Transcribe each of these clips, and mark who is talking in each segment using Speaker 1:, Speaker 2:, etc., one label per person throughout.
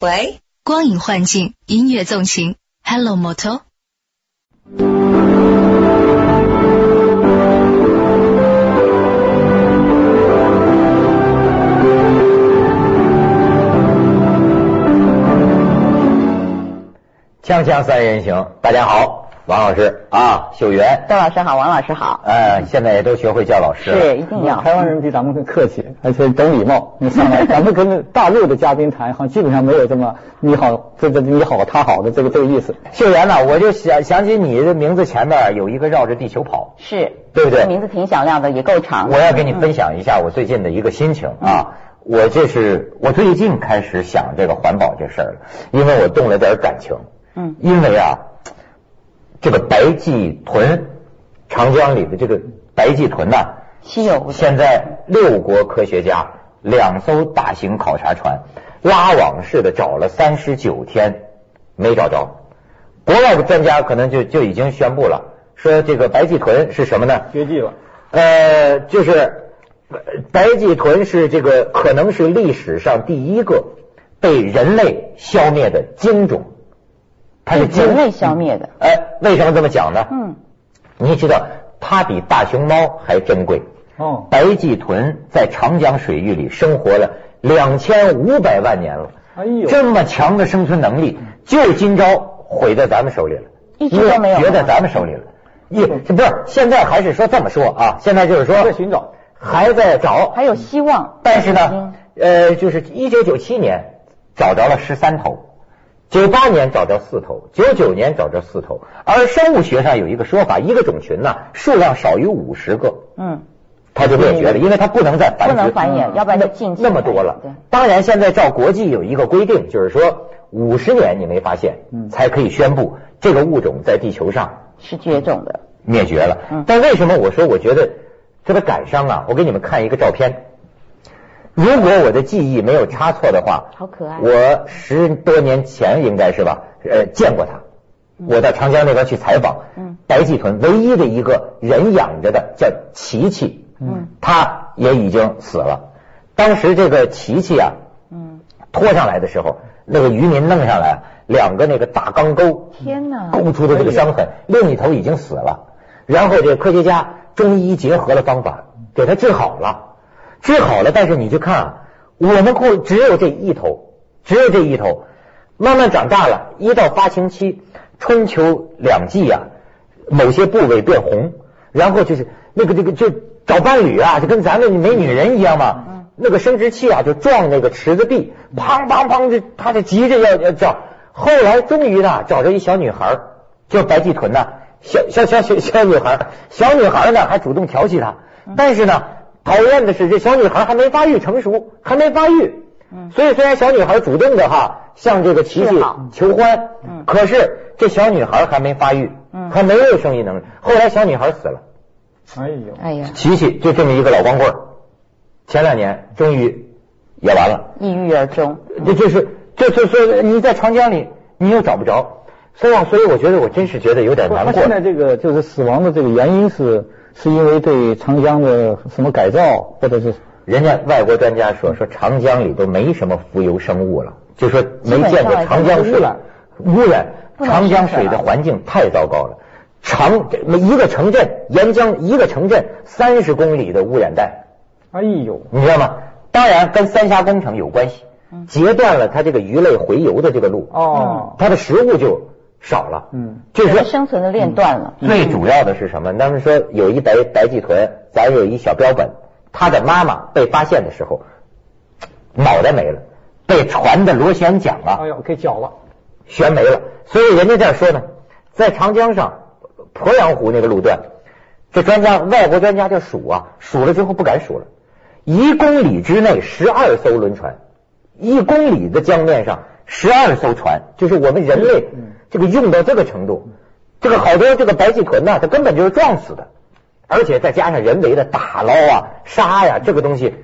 Speaker 1: 喂，
Speaker 2: 光影幻境，音乐纵情，Hello Moto。
Speaker 3: 锵锵三人行，大家好，王老师啊，秀媛，
Speaker 1: 邓老师好，王老师好。
Speaker 3: 呃，现在也都学会叫老师了。嗯
Speaker 1: 是一定要
Speaker 4: 台湾人比咱们更客气，而且懂 礼貌。你上 来，咱们跟大陆的嘉宾谈，好像基本上没有这么你好，这这你好他好的这个这个意思。
Speaker 3: 秀媛呢，我就想想起你的名字前面有一个绕着地球跑，
Speaker 1: 是，
Speaker 3: 对不对
Speaker 1: 这名字挺响亮的，也够长的。
Speaker 3: 我要给你分享一下我最近的一个心情
Speaker 1: 嗯
Speaker 3: 啊。我这是我最近开始想这个环保这事儿了，因为我动了点感情。
Speaker 1: 嗯
Speaker 3: 因为啊，这个白济豚，长江里的这个白济豚呐、
Speaker 1: 稀有物种
Speaker 3: 现在六国科学家两艘大型考察船拉网式的找了三十九天没找着，国外的专家可能就就已经宣布了，说这个白济豚是什么呢？
Speaker 4: 绝技了，
Speaker 3: 呃，就是呃白济豚是这个可能是历史上第一个被人类消灭的鲸种，它是
Speaker 1: 被
Speaker 3: 鲸
Speaker 1: 人类消灭的。
Speaker 3: 哎，为什么这么讲呢？
Speaker 1: 嗯，
Speaker 3: 你知道，它比大熊猫还珍贵。
Speaker 4: 哦，
Speaker 3: 白济豚在长江水域里生活了两千五百万年了，
Speaker 4: 哎呦，
Speaker 3: 这么强的生存能力，就今朝毁在咱们手里了，
Speaker 1: 一直都没有
Speaker 3: 灭绝在咱们手里了。也不是，现在还是说这么说啊，现在就是说
Speaker 4: 还在寻找，
Speaker 3: 还在找，
Speaker 1: 还有希望。
Speaker 3: 但是呢，呃，就是一九九七年找着了十三头，九八年找着四头，九九年找着四头。而生物学上有一个说法，一个种群呢数量少于五十个，
Speaker 1: 嗯，
Speaker 3: 它就灭绝了，因为它不能再繁殖，
Speaker 1: 不能繁衍
Speaker 3: 嗯
Speaker 1: 要不然就禁止
Speaker 3: 那么多了
Speaker 1: 繁衍对。
Speaker 3: 当然，现在照国际有一个规定，就是说五十年你没发现，
Speaker 1: 嗯
Speaker 3: 才可以宣布这个物种在地球上
Speaker 1: 是绝种的。
Speaker 3: 灭绝
Speaker 1: 嗯
Speaker 3: 了。但为什么我说我觉得这个感伤啊？我给你们看一个照片，如果我的记忆没有差错的话，
Speaker 1: 好可爱
Speaker 3: 我十多年前应该是吧，呃，见过它。我到长江那边去采访，
Speaker 1: 嗯
Speaker 3: 白济豚唯一的一个人养着的叫琪琪，
Speaker 1: 嗯，
Speaker 3: 它也已经死了。当时这个琪琪啊，
Speaker 1: 嗯，
Speaker 3: 拖上来的时候，那个渔民弄上来啊两个那个大钢钩，
Speaker 1: 天哪！
Speaker 3: 勾出的这个伤痕，另一头已经死了。然后这科学家中医结合了方法，给他治好了，治好了。但是你去看啊，我们库只有这一头，只有这一头。慢慢长大了，一到发情期，春秋两季啊，某些部位变红，然后就是那个这个就找伴侣啊，就跟咱们没女人一样嘛。那个生殖器啊，就撞那个池子壁，砰砰砰，这他就急着要要找。后来终于呢，找着一小女孩儿，就白济豚呢，小小小小小女孩儿，小女孩儿呢还主动调戏他，但是呢，讨厌的是这小女孩儿还没发育成熟，还没发育，嗯
Speaker 1: 嗯
Speaker 3: 所以虽然小女孩儿主动的哈向这个琪琪
Speaker 1: 示好
Speaker 3: 求欢，可是这小女孩儿还没发育，还没有生育能力。后来小女孩儿死了，
Speaker 4: 哎呦，
Speaker 1: 哎呀，
Speaker 3: 琪琪就这么一个老光棍儿，前两年终于也完了。
Speaker 1: 抑郁而终。
Speaker 3: 这就是，这就是说你在长江里你又找不着，所以啊所以我觉得我真是觉得有点难
Speaker 4: 他
Speaker 3: 过。
Speaker 4: 现在这个就是死亡的这个原因是是因为对长江的什么改造，或者是
Speaker 3: 人家外国专家说，说长江里都没什么浮游生物了，就说没见过长江水
Speaker 4: 基本上
Speaker 3: 污染，
Speaker 1: 不能
Speaker 3: 长江水的环境太糟糕了。长这一个城镇，沿江一个城镇三十公里的污染带，
Speaker 4: 哎呦，
Speaker 3: 你知道吗？当然跟三峡工程有关系，截断了它这个鱼类回游的这个路，
Speaker 4: 哦，
Speaker 3: 它的食物就少了。
Speaker 4: 嗯，
Speaker 3: 就是说
Speaker 1: 人生存的链断了。
Speaker 3: 嗯最主要的是什么？他们说有一白白济豚，咱有一小标本，它的妈妈被发现的时候，脑袋没了，被船的螺旋桨啊
Speaker 4: 哎呦，给绞了，
Speaker 3: 旋没了。所以人家这样说呢，在长江上鄱阳湖那个路段，这专家外国专家就数啊，数了之后不敢数了，一公里之内十二艘轮船，一公里的江面上十二艘船，就是我们人类这个用到这个程度，这个好多这个白鳍豚呐、它根本就是撞死的，而且再加上人为的打捞啊、杀呀、这个东西。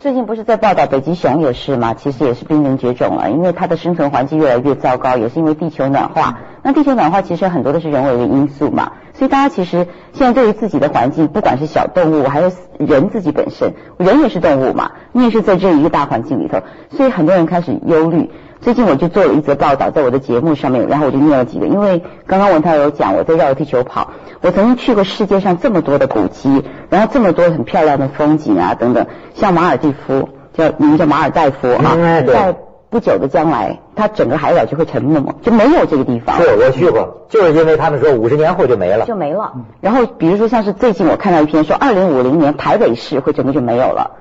Speaker 1: 最近不是在报道北极熊也是嘛，其实也是濒临绝种了，因为它的生存环境越来越糟糕，也是因为地球暖化。那地球暖化其实很多都是人为的因素嘛，所以大家其实现在对于自己的环境，不管是小动物还是人自己本身，人也是动物嘛，你也是在这一个大环境里头，所以很多人开始忧虑。最近我就做了一则报道，在我的节目上面，然后我就念了几个，因为刚刚文涛有讲我在绕着地球跑，我曾经去过世界上这么多的古迹，然后这么多很漂亮的风景啊等等，像马尔蒂夫，叫名叫马尔代夫啊，
Speaker 3: 嗯对
Speaker 1: 在不久的将来，它整个海岛就会沉没，就没有这个地方。
Speaker 3: 是我去过，就是因为他们说五十年后就没了。
Speaker 1: 就没了。
Speaker 3: 嗯
Speaker 1: 然后比如说像是最近我看到一篇说，二零五零年台北市会整个就没有了，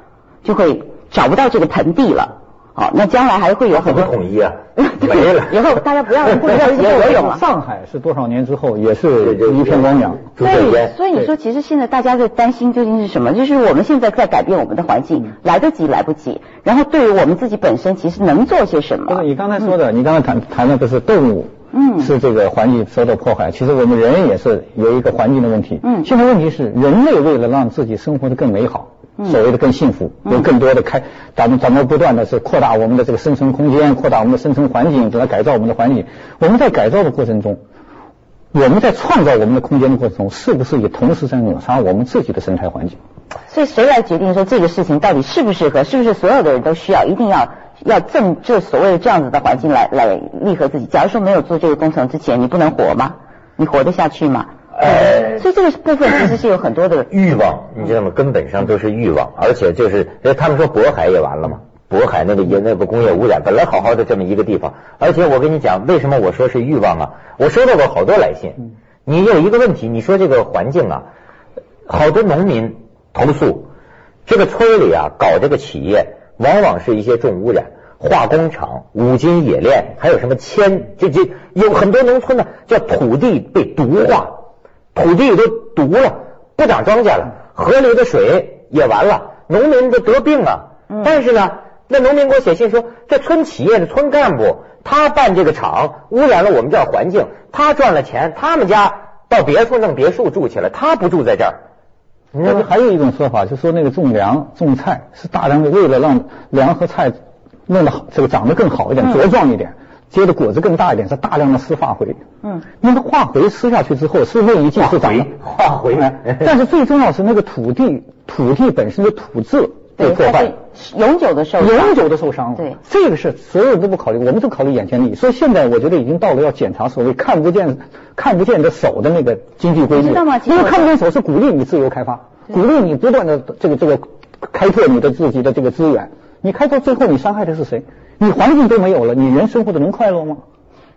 Speaker 1: 就会找不到这个盆地了。好、那将来还会有
Speaker 3: 怎
Speaker 1: 很
Speaker 3: 么
Speaker 1: 多
Speaker 3: 统 一啊？没了。
Speaker 1: 以后大家不要 不要结合用了。
Speaker 4: 上海是多少年之后啊
Speaker 3: 对
Speaker 4: 也是
Speaker 3: 对对
Speaker 4: 一片汪洋。
Speaker 3: 朱水
Speaker 1: 对，
Speaker 3: 淹，
Speaker 1: 所以你说，其实现在大家在担心究竟是什么？就是我们现在在改变我们的环境，来得及来不及。然后对于我们自己本身，其实能做些什
Speaker 4: 不是
Speaker 1: 么？
Speaker 4: 你刚才说的，你刚才谈谈的不是动物，
Speaker 1: 嗯
Speaker 4: 是这个环境受到破坏。其实我们人也是有一个环境的问题。
Speaker 1: 嗯
Speaker 4: 现在问题是人类为了让自己生活的更美好，
Speaker 1: 嗯
Speaker 4: 所谓的更幸福，有更多的开，咱们咱们不断的是扩大我们的这个生存空间，扩大我们的生存环境，来改造我们的环境。我们在改造的过程中。我们在创造我们的空间的过程中，是不是也同时在抹杀我们自己的生态环境？
Speaker 1: 所以谁来决定说这个事情到底适不适合？是不是所有的人都需要一定要要正这所谓的这样子的环境来来利合自己？假如说没有做这个工程之前，你不能活吗？你活得下去吗？嗯
Speaker 3: 呃，
Speaker 1: 所以这个部分其实是有很多的
Speaker 3: 欲望，你知道吗？根本上都是欲望，而且就是他们说渤海也完了嘛，渤海那个也那个工业污染，本来好好的这么一个地方，而且我跟你讲，为什么我说是欲望啊？我收到过好多来信，你有一个问题，你说这个环境啊，好多农民投诉，这个村里啊搞这个企业，往往是一些重污染。化工厂、五金冶炼，还有什么铅，这这有很多农村呢，叫土地被毒化，土地都毒了，不长庄稼了，河流的水也完了，农民都得病了。但是呢，那农民给我写信说，这村企业的村干部，他办这个厂，污染了我们这儿环境，他赚了钱，他们家到别处弄别墅住去了，他不住在这儿。你
Speaker 4: 但是
Speaker 3: 说
Speaker 4: 还有一种说法，就说那个种粮种菜是大量的为了让粮和菜弄得好，这个长得更好一点、
Speaker 3: 嗯
Speaker 4: 茁壮一点，结的果子更大一点，是大量的施化肥。
Speaker 1: 嗯，
Speaker 4: 那个化肥施下去之后，是那一季是长得
Speaker 3: 化肥化肥
Speaker 4: 哎但是最重要是那个土地土地本身的土质被
Speaker 1: 对，
Speaker 4: 破
Speaker 1: 它
Speaker 4: 坏
Speaker 1: 是。永久的受伤，
Speaker 4: 永久的受伤了。
Speaker 1: 对
Speaker 4: 这个是所有人都不考虑，我们都考虑眼前利益。所以现在我觉得已经到了要检查所谓看不见、看不见的手的那个经济规律。
Speaker 1: 你知道吗其实
Speaker 4: 因
Speaker 1: 我
Speaker 4: 为看不见手是鼓励你自由开发，鼓励你不断的这个这个开拓你的自己的这个资源。你开拓最后你伤害的是谁？你环境都没有了，你人生活的能快乐吗？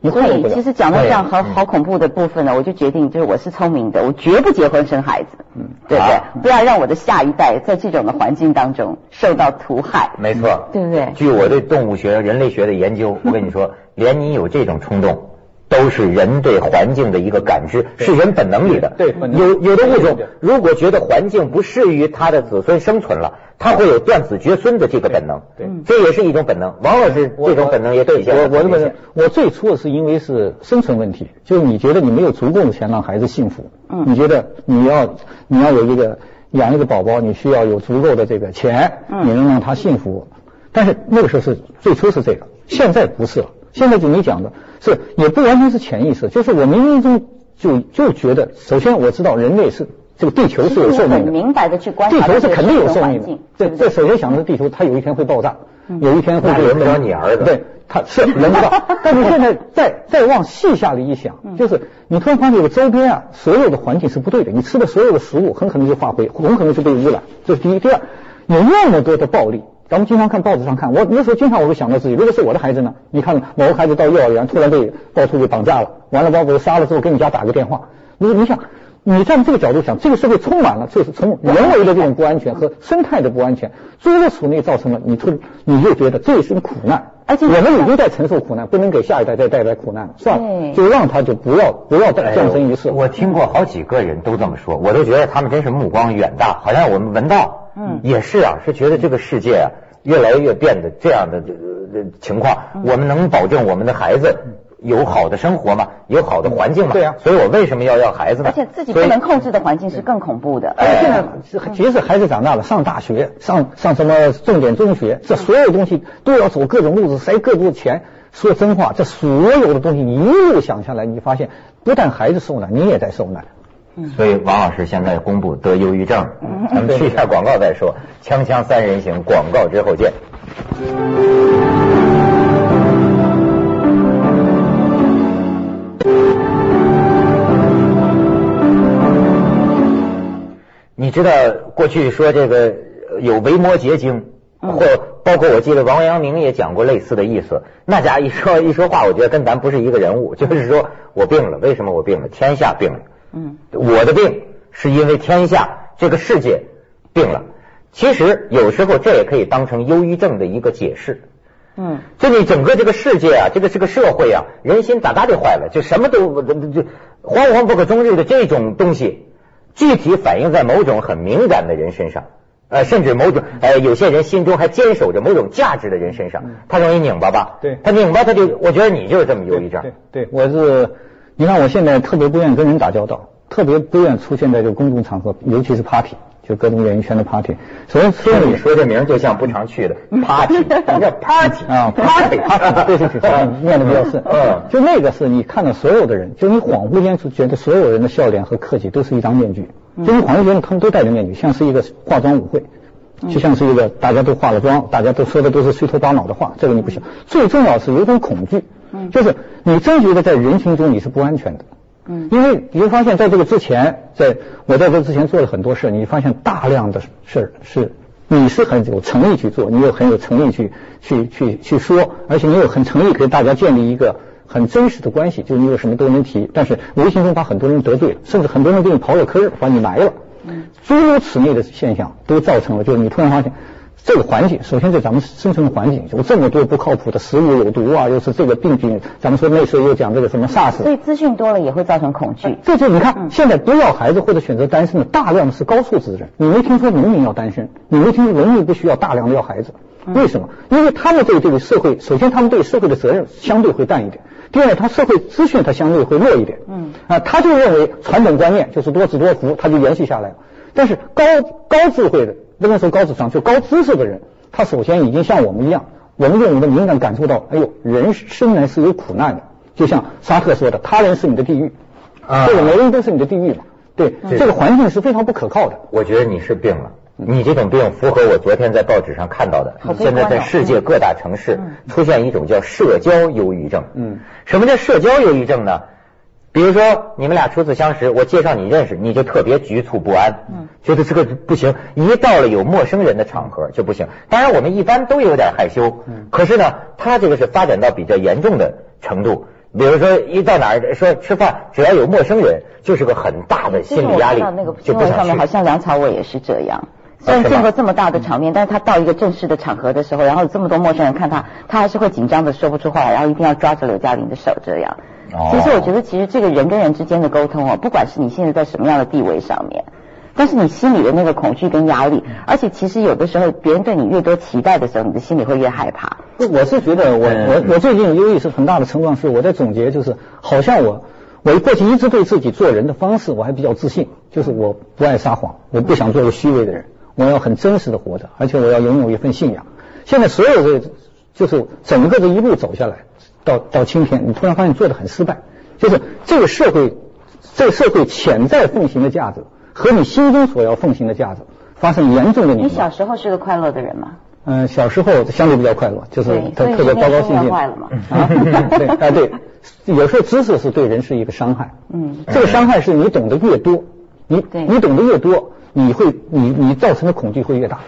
Speaker 4: 你
Speaker 1: 所
Speaker 4: 快乐不
Speaker 1: 以
Speaker 4: 了。
Speaker 1: 其实讲到这样
Speaker 3: 对
Speaker 1: 好
Speaker 3: 嗯
Speaker 1: 好恐怖的部分呢，我就决定就是我是聪明的，我绝不结婚生孩子，嗯，对不对
Speaker 3: 好？
Speaker 1: 不要让我的下一代在这种的环境当中受到屠害，
Speaker 3: 没
Speaker 4: 嗯
Speaker 3: 错，
Speaker 1: 嗯对不
Speaker 4: 哦
Speaker 1: 对
Speaker 3: 据我对动物学、人类学的研究，我跟你说，连你有这种冲动，都是人对环境的一个感知，是人本能里的。
Speaker 4: 对本能
Speaker 3: 有有的物
Speaker 4: 对
Speaker 3: 种
Speaker 4: 对
Speaker 3: 如果觉得环境不适于它的子孙生存了，它会有断子绝孙的这个本能。
Speaker 4: 对对，
Speaker 3: 这也是一种本能。王老师
Speaker 4: 我
Speaker 3: 这种本能也体现
Speaker 4: 我
Speaker 3: 了。
Speaker 4: 我的本
Speaker 3: 明
Speaker 4: 能
Speaker 3: 显，
Speaker 4: 我最初是因为是生存问题，就是你觉得你没有足够的钱让孩子幸福，
Speaker 1: 嗯
Speaker 4: 你觉得你要你要有一个养一个宝宝，你需要有足够的这个钱，
Speaker 1: 嗯
Speaker 4: 你能让他幸福。但是那个时候是最初是这个，现在不是了，现在就你讲的是也不完全是潜意识，就是我冥冥中就就觉得，首先我知道人类是这个地球
Speaker 1: 其
Speaker 4: 是
Speaker 1: 实
Speaker 4: 有
Speaker 1: 你
Speaker 4: 寿
Speaker 1: 很
Speaker 4: 命的，
Speaker 1: 明白的去观
Speaker 4: 地
Speaker 1: 察
Speaker 4: 球是肯定有
Speaker 1: 这个
Speaker 4: 寿
Speaker 1: 环
Speaker 4: 命的
Speaker 1: 境，，
Speaker 4: 这
Speaker 1: 对不对嗯
Speaker 4: 这首先想的是地球，它有一天会爆炸，有一天会
Speaker 3: 那
Speaker 4: 被
Speaker 3: 轮不着你儿子
Speaker 4: 对，它是轮不到。但是现在再再往细下里一想，就是你突然发现这个周边啊，所有的环境是不对的，你吃的所有的食物很可能就化灰，很可能就被污染，这是第一。第二，有那么多的暴力。咱们经常看报纸上看，我那时候经常我会想到自己，如果是我的孩子呢？你看某个孩子到幼儿园突然被暴徒给绑架了，完了把我杀了之后给你家打个电话，你你想，你站在这个角度想，这个社会充满了就是从人为的这种不安全和生态的不安全，诸多处内造成了你突你就觉得这也是个苦难，
Speaker 1: 而且
Speaker 4: 我们已经在承受苦难，不能给下一代再带来苦难了，算
Speaker 1: 对
Speaker 4: 了，就让他就不要不要
Speaker 3: 哎
Speaker 4: 再
Speaker 3: 呦
Speaker 4: 葬身于世。
Speaker 3: 我听过好几个人都这么说，我都觉得他们真是目光远大，好像我们文道，
Speaker 1: 嗯
Speaker 3: 也是啊，是觉得这个世界啊越来越变得这样的呃呃情
Speaker 1: 嗯
Speaker 3: 况，我们能保证我们的孩子有好的生活吗？有好的环境吗？
Speaker 4: 对啊
Speaker 3: 所以我为什么要要孩子呢？
Speaker 1: 而且自己不能控制的环境是更恐怖的。嗯
Speaker 4: 而且现在是即使孩子长大了，上大学，上上什么重点中学，这所有东西都要走各种路子，塞各种钱。说真话，这所有的东西一路想下来，你发现不但孩子受难，你也在受难。
Speaker 3: 所以王老师现在公布得忧郁症，咱们去一下广告再说。锵锵三人行，广告之后见。你知道过去说这个呃有维摩诘经，
Speaker 1: 嗯
Speaker 3: 或包括我记得王阳明也讲过类似的意思。那家一说一说话，我觉得跟咱不是一个人物，就是说我病了，为什么我病了？天下病了，
Speaker 1: 嗯
Speaker 3: 我的病是因为天下这个世界病了。其实有时候这也可以当成忧郁症的一个解释。
Speaker 1: 嗯，
Speaker 3: 就你整个这个世界啊，这个这个社会啊，人心咋咋的坏了，就什么都就就惶惶不可终日的这种东西，具体反映在某种很敏感的人身上，呃，甚至某种呃有些人心中还坚守着某种价值的人身上，他容易拧巴吧？
Speaker 4: 嗯对
Speaker 3: 他拧巴他就，我觉得你就是这么忧郁症。
Speaker 4: 对对，我是，你看我现在特别不愿意跟人打交道，特别不愿意出现在这个公众场合，尤其是 party，就各种演艺圈的 party。首先说
Speaker 3: 听
Speaker 4: 你
Speaker 3: 你说这名儿就像不常去的 party，你叫 party
Speaker 4: 啊
Speaker 3: party
Speaker 4: ，party，party，对 对 对对，念的比较顺。
Speaker 3: 嗯，
Speaker 4: 就那个是你看到所有的人，就你恍惚间就觉得所有人的笑脸和客气都是一张面具，
Speaker 3: 嗯
Speaker 4: 就你恍惚觉得他们都戴着面具，像是一个化妆舞会。
Speaker 3: 嗯
Speaker 4: 就像是一个大家都化了妆，大家都说的都是虚头巴脑的话，这个你不
Speaker 3: 嗯
Speaker 4: 行。最重要是有一种恐惧，就是你真觉得在人群中你是不安全的，
Speaker 1: 嗯
Speaker 4: 因为你会发现在这个之前，在我在这之前做了很多事，你发现大量的事儿是你是很有诚意去做，你有很有诚意去去去去说，而且你有很诚意给大家建立一个很真实的关系，就是你有什么都能提，但是无形中把很多人得罪了，甚至很多人对你刨了坑儿，把你埋了。诸如此类的现象都造成了，就是你突然发现这个环境，首先在咱们生存的环境有这么多不靠谱的食物有毒啊，又是这个病菌，咱们说那时候又讲这个什么 SARS，
Speaker 1: 所以资讯多了也会造成恐惧。
Speaker 4: 这就你看，现在不要孩子或者选择单身的，大量的是高素质的人。你没听说农民要单身，你没听说农民不需要大量的要孩子？
Speaker 3: 嗯
Speaker 4: 为什么？因为他们对这个社会，首先他们对社会的责任相对会淡一点，第二，他社会资讯他相对会弱一点。
Speaker 1: 嗯
Speaker 4: 啊，他就认为传统观念就是多子多福，他就延续下来了。但是高高智慧的，不能说高智商，就高知识的人，他首先已经像我们一样，我们用你的敏感感受到，哎呦，人生来是有苦难的，就像沙特说的，他人是你的地狱。
Speaker 3: 啊
Speaker 4: 这个每个人都是你的地狱嘛。对，
Speaker 3: 嗯
Speaker 4: 这个环境是非常不可靠的。
Speaker 3: 我觉得你是病了，你这种病符合我昨天在报纸上看到的
Speaker 1: 嗯好。悲
Speaker 3: 现
Speaker 1: 观啊嗯
Speaker 3: 在在世界各大城市出现一种叫社交忧郁症。
Speaker 4: 嗯，
Speaker 3: 什么叫社交忧郁症呢？比如说你们俩初次相识，我介绍你认识，你就特别局促不安，嗯，觉得这个不行，一到了有陌生人的场合就不行。当然我们一般都有点害羞，嗯，可是呢，他这个是发展到比较严重的程度。比如说，一到哪儿说吃饭，只要有陌生人，就是个很大的
Speaker 1: 其实
Speaker 3: 心理
Speaker 1: 我
Speaker 3: 压
Speaker 1: 看
Speaker 3: 力
Speaker 1: 到那个，
Speaker 3: 就
Speaker 1: 新
Speaker 3: 不
Speaker 1: 闻
Speaker 3: 想
Speaker 1: 上面
Speaker 3: 去啊
Speaker 1: 好。像梁朝伟也是这样。虽然
Speaker 3: 是吗
Speaker 1: 见过这么大的场面，但是他到一个正式的场合的时候，然后有这么多陌生人看他，他还是会紧张的说不出话来，然后一定要抓着刘嘉玲的手这样。
Speaker 3: 哦
Speaker 1: 其实我觉得，其实这个人跟人之间的沟通哦，不管是你现在在什么样的地位上面，但是你心里的那个恐惧跟压
Speaker 3: 嗯
Speaker 1: 力，而且其实有的时候别人对你越多期待的时候，你的心里会越害怕。
Speaker 4: 我是觉得我
Speaker 3: 嗯
Speaker 4: 我我最近忧郁是很大的情况是我在总结，就是好像我我过去一直对自己做人的方式我还比较自信，就是我不爱撒谎，我不想做个虚伪的人，我要很真实的活着，而且我要拥有一份信仰。现在所有的就是整个这一路走下来，到到今天，你突然发现做的很失败，就是这个社会这个社会潜在奉行的价值和你心中所要奉行的价值发生严重的拧
Speaker 1: 你
Speaker 4: 巴。
Speaker 1: 小时候是个快乐的人吗？
Speaker 4: 嗯，小时候相对比较快乐，就是
Speaker 1: 对
Speaker 4: 特
Speaker 1: 所以
Speaker 4: 特
Speaker 1: 是
Speaker 4: 别高高
Speaker 1: 念书
Speaker 4: 兴兴。
Speaker 1: 要坏了嘛
Speaker 4: 啊，对，啊对，有时候知识是对人是一个伤害。
Speaker 1: 嗯
Speaker 4: 这个伤害是你懂得越多，你
Speaker 1: 对
Speaker 4: 你懂得越多，你会你你造成的恐惧会越大。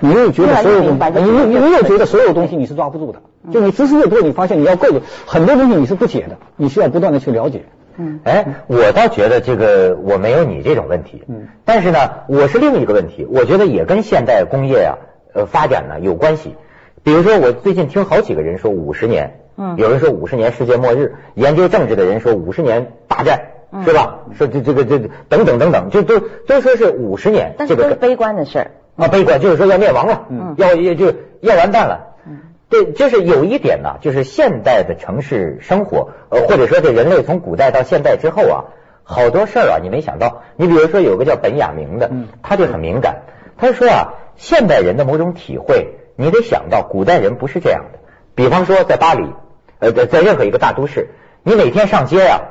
Speaker 4: 你又觉得所有
Speaker 1: 越来越
Speaker 4: 东
Speaker 1: 明
Speaker 4: 西，
Speaker 1: 白
Speaker 4: 你
Speaker 1: 就
Speaker 4: 你
Speaker 1: 是
Speaker 4: 你又觉得所有东西你是抓不住的，
Speaker 1: 嗯
Speaker 4: 就你知识越多，你发现你要够很多东西你是不解的，你需要不断的去了解。
Speaker 1: 嗯，
Speaker 3: 哎，我倒觉得这个我没有你这种问题，
Speaker 4: 嗯，
Speaker 3: 但是呢，我是另一个问题，我觉得也跟现代工业啊，呃，发展呢有关系。比如说，我最近听好几个人说五十年，
Speaker 1: 嗯
Speaker 3: 有人说五十年世界末日，研究政治的人说五十年大战，
Speaker 1: 嗯
Speaker 3: 是吧？说这这个这等等等等，就都都说是五十年，
Speaker 1: 但
Speaker 3: 这
Speaker 1: 是都
Speaker 3: 个
Speaker 1: 是悲观的事儿。
Speaker 3: 啊，悲观就是说要灭亡了，
Speaker 4: 嗯
Speaker 3: 要要就要完蛋了。对，就是有一点呢，就是现代的城市生活，呃，或者说这人类从古代到现代之后啊，好多事儿啊，你没想到。你比如说有个叫本雅明的
Speaker 4: 嗯，
Speaker 3: 他就很敏感，他说啊，现代人的某种体会，你得想到古代人不是这样的。比方说在巴黎，呃，在在任何一个大都市，你哪天上街呀、啊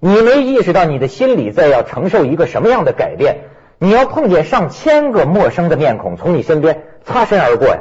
Speaker 3: 你没意识到你的心理在要承受一个什么样的改变？你要碰见上千个陌生的面孔从你身边擦身而过呀！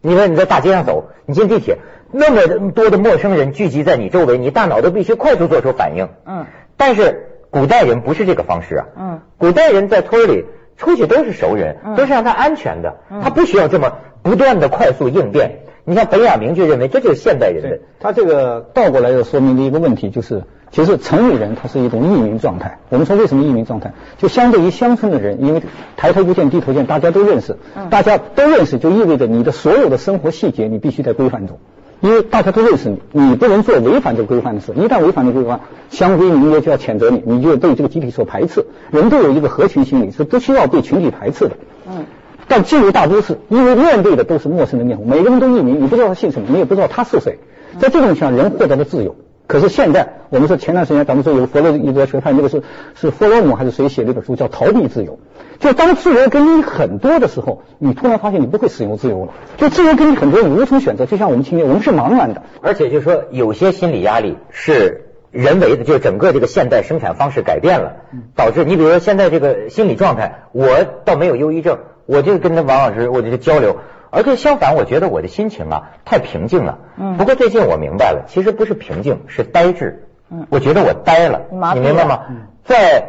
Speaker 3: 你说你在大街上走，你进地铁，那么多的陌生人聚集在你周围，你大脑都必须快速做出反应。
Speaker 1: 嗯
Speaker 3: 但是古代人不是这个方式啊。
Speaker 1: 嗯，
Speaker 3: 古代人在村里出去都是熟人，都是让他安全的，
Speaker 1: 嗯
Speaker 3: 他不需要这么不断的快速应变。你像北亚明就认为这就是现代人的
Speaker 4: 对，他这个倒过来又说明了一个问题，就是其实城里人他是一种移民状态。我们说为什么移民状态，就相对于乡村的人，因为抬头不见低头见，大家都认识，大家都认识就意味着你的所有的生活细节你必须在规范中。因为大家都认识你，你不能做违反这个规范的事。一旦违反这个规范，相规民约就要谴责你，你就被这个集体所排斥。人都有一个合群心理，是不需要被群体排斥的。
Speaker 1: 嗯，
Speaker 4: 但进入大都市，因为面对的都是陌生的面孔，每个人都匿名，你不知道他姓什么，你也不知道他是谁。在这种情况下，人获得了自由。可是现在，我们说前段时间咱们说有佛洛伊德学派，那个是是弗洛姆还是谁写的一本书叫《逃避自由》。就当自由给你很多的时候，你突然发现你不会使用自由了。就自由给你很多，你无从选择。就像我们今天，我们是茫然的。
Speaker 3: 而且就是说，有些心理压力是人为的，就是整个这个现代生产方式改变了，
Speaker 1: 嗯
Speaker 3: 导致你比如说现在这个心理状态，我倒没有忧郁症，我就跟那王老师我就交流，而且相反，我觉得我的心情啊太平静了。
Speaker 1: 嗯
Speaker 3: 不过最近我明白了，其实不是平静，是呆滞。
Speaker 1: 嗯
Speaker 3: 我觉得我呆了，
Speaker 1: 麻痹
Speaker 3: 你明白吗
Speaker 1: 了？
Speaker 3: 在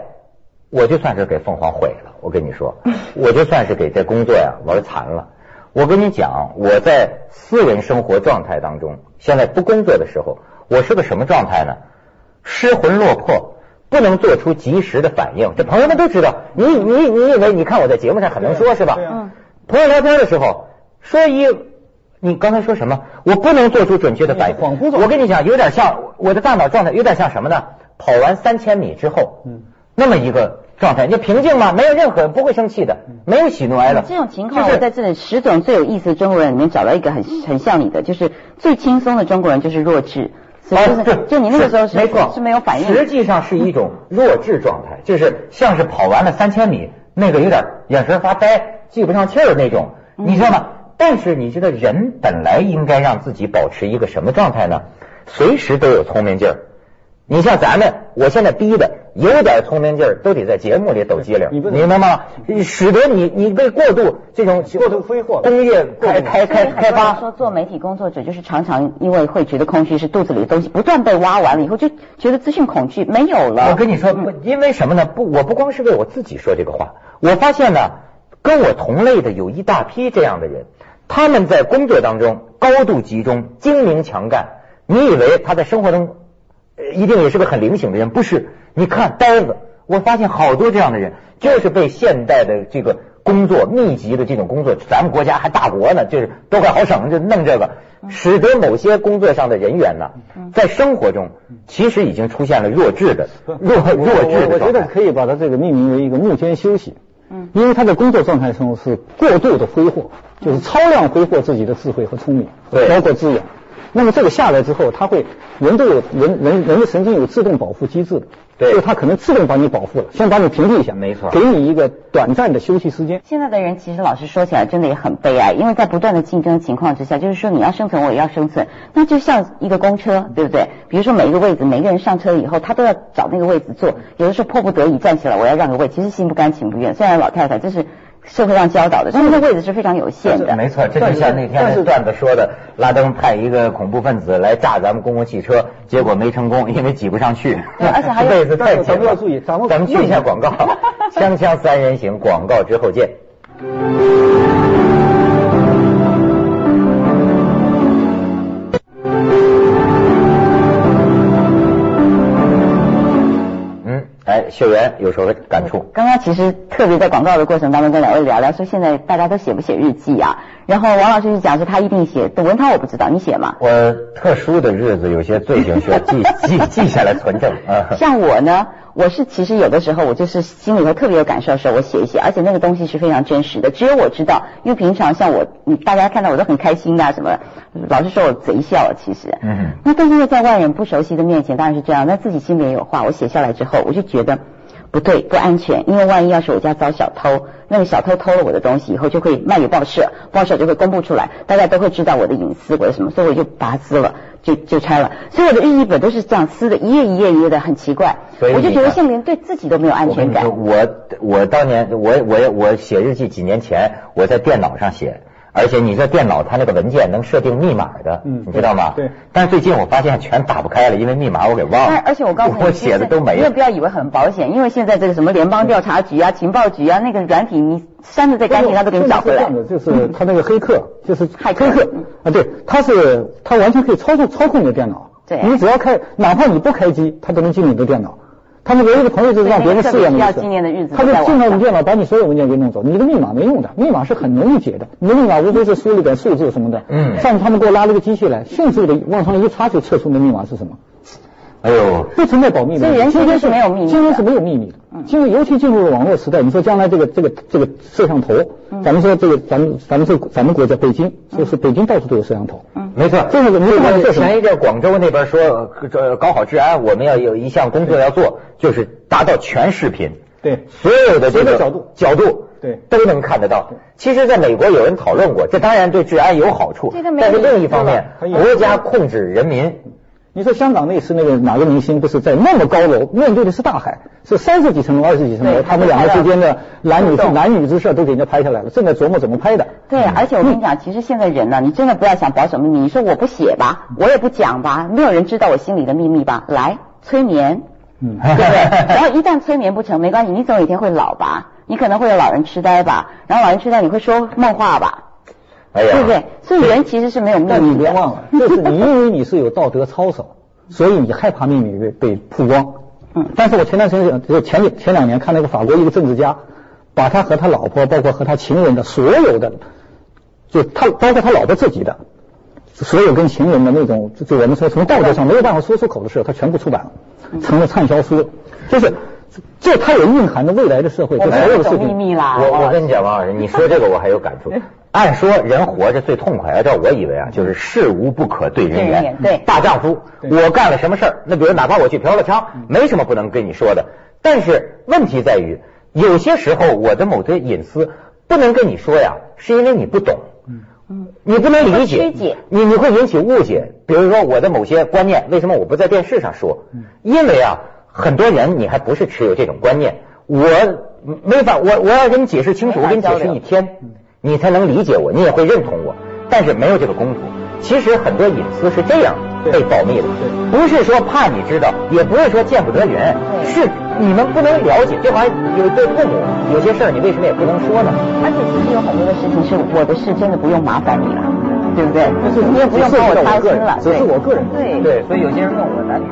Speaker 3: 我就算是给凤凰毁了，我跟你 说，我就算是给这工作呀玩残了。我跟你讲，我在私人生活状态当中，现在不工作的时候，我是个什么状态呢？失魂落魄，不能做出及时的反应。这朋友们都知道，你你你以为你看我在节目上很能说是吧？
Speaker 4: 对啊
Speaker 1: 嗯
Speaker 3: 朋友聊天的时候说一，你刚才说什么？我不能做出准确的反应，
Speaker 4: 你恍惚状态
Speaker 3: 我跟你讲，有点像我的大脑状态，有点像什么呢？跑完三千米之后，
Speaker 4: 嗯，
Speaker 3: 那么一个状态，你平静吗？没有任何不会生气的，
Speaker 4: 嗯
Speaker 3: 没有喜怒哀乐。
Speaker 1: 这种情况，
Speaker 3: 就
Speaker 1: 我
Speaker 3: 是嗯
Speaker 1: 在这里十种最有意思的中国人里面找到一个很很像你的，就是最轻松的中国人就是弱智，所以就是、
Speaker 3: 哦
Speaker 1: 就你那个时候是
Speaker 3: 没错
Speaker 1: 是没有反应
Speaker 3: 实
Speaker 1: 的。
Speaker 3: 际上是 一种弱智状态，就是像是跑完了三千米，那个有点眼神发呆、记不上气儿那种，
Speaker 1: 嗯
Speaker 3: 你知道吗？但是你知道人本来应该让自己保持一个什么状态呢？随时都有聪明劲儿。你像咱们，我现在逼的有点聪明劲儿，都得在节目里抖机灵，
Speaker 4: 你不能
Speaker 3: 明白吗？使得你你被过度这种
Speaker 4: 过度挥霍了
Speaker 3: 工业开开
Speaker 1: 所以
Speaker 3: 开
Speaker 1: 很
Speaker 3: 开
Speaker 1: 多人
Speaker 3: 发，
Speaker 1: 说做媒体工作者就是常常因为会觉得空虚，是肚子里的东西不断被挖完了以后，就觉得资讯恐惧没有了。
Speaker 3: 我跟你说，不，因为什么呢？不，我不光是为我自己说这个话，我发现呢，跟我同类的有一大批这样的人，他们在工作当中高度集中、精明强干。你以为他在生活中、呃一定也是个很灵醒的人？不是，你看呆子，我发现好多这样的人，就是被现代的这个工作密集的这种工作，咱们国家还大国呢，就是都快好省就弄这个，
Speaker 4: 嗯
Speaker 3: 使得某些工作上的人员呢，在生活中其实已经出现了弱智的 弱
Speaker 4: 我
Speaker 3: 弱智的
Speaker 4: 我我觉
Speaker 3: 状
Speaker 4: 得
Speaker 3: 态。
Speaker 4: 可以把它这个命名为一个幕间休息。
Speaker 1: 嗯
Speaker 4: 因为他的工作状态中是过度的挥霍，就是超量挥霍自己的智慧和聪明，
Speaker 3: 对
Speaker 4: 包括资源。那么这个下来之后，他会人都有人人人的神经有自动保护机制的，
Speaker 3: 对
Speaker 4: 就他可能自动把你保护了，先把你屏蔽一下，
Speaker 3: 没错
Speaker 4: 给你一个短暂的休息时间。
Speaker 1: 现在的人其实老实说起来，真的也很悲哀，因为在不断的竞争情况之下，就是说你要生存，我也要生存，那就像一个公车，对不对？比如说每一个位置，每个人上车以后，他都要找那个位置坐，有的时候迫不得已站起来，我要让个位，其实心不甘情不愿。虽然老太太这是社会上教导的，但是那位置是非常有限的。
Speaker 3: 没错，这就像那天
Speaker 4: 但
Speaker 3: 那
Speaker 4: 是
Speaker 3: 段子说的，拉登派一个恐怖分子来炸咱们公共汽车，结果没成功，因为挤不上去。
Speaker 1: 对而且还 有
Speaker 3: 这辈子太
Speaker 4: 但是
Speaker 3: 紧
Speaker 4: 咱们
Speaker 3: 了
Speaker 4: 要注意咱们
Speaker 3: 咱们去一下广告，《锵锵三人行》广告之后见。嗯，哎，秀媛有什么感触？
Speaker 1: 刚刚其实特别在广告的过程当中跟两位聊聊，说现在大家都写不写日记啊？然后王老师就讲说他一定写，董文涛我不知道，你写吗？
Speaker 3: 我特殊的日子有些罪行需要记记记下来存证 啊。
Speaker 1: 像我呢，我是其实有的时候我就是心里头特别有感受的时候，我写一写，而且那个东西是非常真实的，只有我知道。因为平常像我，你大家看到我都很开心啊，什么，老是说我贼笑啊，其实。
Speaker 3: 嗯
Speaker 1: 那但是因为在外人不熟悉的面前当然是这样，那自己心里也有话，我写下来之后，我就觉得不对，不安全，因为万一要是我家遭小偷，那个小偷偷了我的东西以后，就会卖给报社，报社就会公布出来，大家都会知道我的隐私，我的什么，所以我就把它撕了，就就拆了。所以我的日记本都是这样撕的，一页一页一页的，很奇怪。
Speaker 3: 所以
Speaker 1: 我就
Speaker 3: 你
Speaker 1: 觉得
Speaker 3: 看
Speaker 1: 现在连对自己都没有安
Speaker 3: 我跟
Speaker 1: 全
Speaker 3: 你说，
Speaker 1: 感。
Speaker 3: 我我当年我我我写日记几年前，我在电脑上写，而且你这电脑它那个文件能设定密码的，
Speaker 4: 嗯
Speaker 3: 你知道吗？
Speaker 4: 对对
Speaker 3: 但是最近我发现全打不开了，因为密码我给忘
Speaker 1: 但
Speaker 3: 了。
Speaker 1: 哎而且我告诉你，
Speaker 3: 我写的都没
Speaker 1: 你也
Speaker 3: 了
Speaker 1: 不。要以为很保险，因为现在这个什么联邦调查局啊、情报局啊，那个软体你删的再干净，他都给你找回来。
Speaker 4: 真的是这样的就是他那个黑客，就是
Speaker 1: 骇
Speaker 4: 黑
Speaker 1: 客
Speaker 4: 客
Speaker 1: 嗯
Speaker 4: 啊，对，他是他完全可以操作操控你的电脑。
Speaker 1: 对
Speaker 4: 你只要开，哪怕你不开机，他都能进你的电脑。他们唯一的朋友就是让别人试验
Speaker 1: 对
Speaker 4: 了
Speaker 1: 那个特别需要
Speaker 4: 一次
Speaker 1: 纪念的日子
Speaker 4: 他就
Speaker 1: 都在网
Speaker 4: 进到你电脑，把你所有文件给弄走。你的密码没用的，密码是很容易解的。你的密码无非是输入点数字什么的。
Speaker 3: 嗯
Speaker 4: 上次他们给我拉了个机器来，迅速的往上一插就测出你的密码是什么。
Speaker 3: 哎呦，
Speaker 4: 不存在保密的
Speaker 1: 所
Speaker 4: 问题。
Speaker 1: 以人其实
Speaker 4: 今天
Speaker 1: 是没有秘密的嗯
Speaker 4: 今天是没有秘密的。进入尤其进入了网络时代，你说将来这个这个这个摄像头，
Speaker 1: 嗯
Speaker 4: 咱们说这个咱们咱们这个咱们国家北京，就是北京到处都有摄像头。
Speaker 1: 嗯
Speaker 3: 没错，
Speaker 4: 这个没办法做什么
Speaker 3: 前一阵广州那边说，呃这搞好治安，我们要有一项工作要做，就是达到全视频。
Speaker 4: 对，
Speaker 3: 所有的这
Speaker 4: 所有
Speaker 3: 个
Speaker 4: 的角度
Speaker 3: 角度，
Speaker 4: 对
Speaker 3: 都能看得到。其实，在美国有人讨论过，这当然对治安有好处
Speaker 1: 这个，没
Speaker 3: 但是
Speaker 1: 有
Speaker 3: 另一方面，
Speaker 4: 隐私了
Speaker 3: 国家控制人民，
Speaker 4: 你说香港那次那个哪个明星不是在那么高楼，面对的是大海，是三十几层楼、二十几层楼，
Speaker 1: 对
Speaker 4: 他们两个之间的男女
Speaker 1: 互动
Speaker 4: 男女之事都给人家拍下来了，正在琢磨怎么拍的。
Speaker 1: 对，而且我跟你讲，其实现在人呢、你真的不要想保守秘密。你说我不写吧，
Speaker 4: 嗯
Speaker 1: 我也不讲吧，没有人知道我心里的秘密吧？来，催 眠，
Speaker 4: 嗯
Speaker 1: 对不对？然后一旦催眠不成，没关系，你总有一天会老吧，你可能会有老人痴呆吧，然后老人痴呆你会说梦话吧，
Speaker 3: 哎呀，
Speaker 1: 对不对？所以人其实是没有秘
Speaker 4: 但你
Speaker 1: 密
Speaker 4: 别
Speaker 1: 的。
Speaker 4: 忘了，就是你因为你是有道德操 守，所以你害怕秘密被被曝光。
Speaker 1: 嗯
Speaker 4: 但是我前段时间就前几前两年看那个法国一个政治家，把他和他老婆，包括和他情人的所有的，就他包括他老婆自己的，所有跟情人的那种，就就我们说从道德上没有办法说出口的事，他全部出版了，成了畅销书。就是这，它也蕴含着未来的社会，就
Speaker 1: 嗯我
Speaker 4: 所
Speaker 1: 们
Speaker 4: 有
Speaker 1: 有
Speaker 4: 的事
Speaker 1: 懂秘
Speaker 4: 情。
Speaker 1: 密啦，
Speaker 3: 我我跟你讲，王老师，你说这个我还有感 触。按说人活着最痛快，按照我以为啊，就是事无不可对人
Speaker 1: 对人
Speaker 3: 言
Speaker 1: 言。嗯对
Speaker 3: 大丈夫，我干了什么事儿？那比如哪怕我去嫖了娼，没什么不能跟你说的。但是问题在于，有些时候我的某些隐私不能跟你说呀，是因为你不懂。
Speaker 1: 嗯
Speaker 3: 你不能理
Speaker 1: 会
Speaker 3: 解，
Speaker 1: 曲解
Speaker 3: 你你会引起误解。比如说我的某些观念，为什么我不在电视上说？
Speaker 1: 嗯
Speaker 3: 因为啊，很多人你还不是持有这种观念，我没法，我我要跟你解释清楚，
Speaker 1: 没
Speaker 3: 我给你
Speaker 1: 法
Speaker 3: 解
Speaker 1: 交
Speaker 3: 释
Speaker 1: 流嗯
Speaker 3: 一天，你才能理解我，你也会认同我。但是没有这个功夫，其实很多隐私是这样
Speaker 4: 对
Speaker 3: 被保密的，不是说怕你知道，也不是说见不得人，
Speaker 1: 对
Speaker 3: 是你们不能了解。就好像有对父母有些事儿，你为什么也不能说呢？
Speaker 1: 而且其实有很多的事情是我的事，真的不用麻烦你了，对不对？你也不用帮我操心了，
Speaker 4: 只是
Speaker 1: 对
Speaker 4: 我个人。
Speaker 1: 对。
Speaker 3: 对，所以有些人问我男女。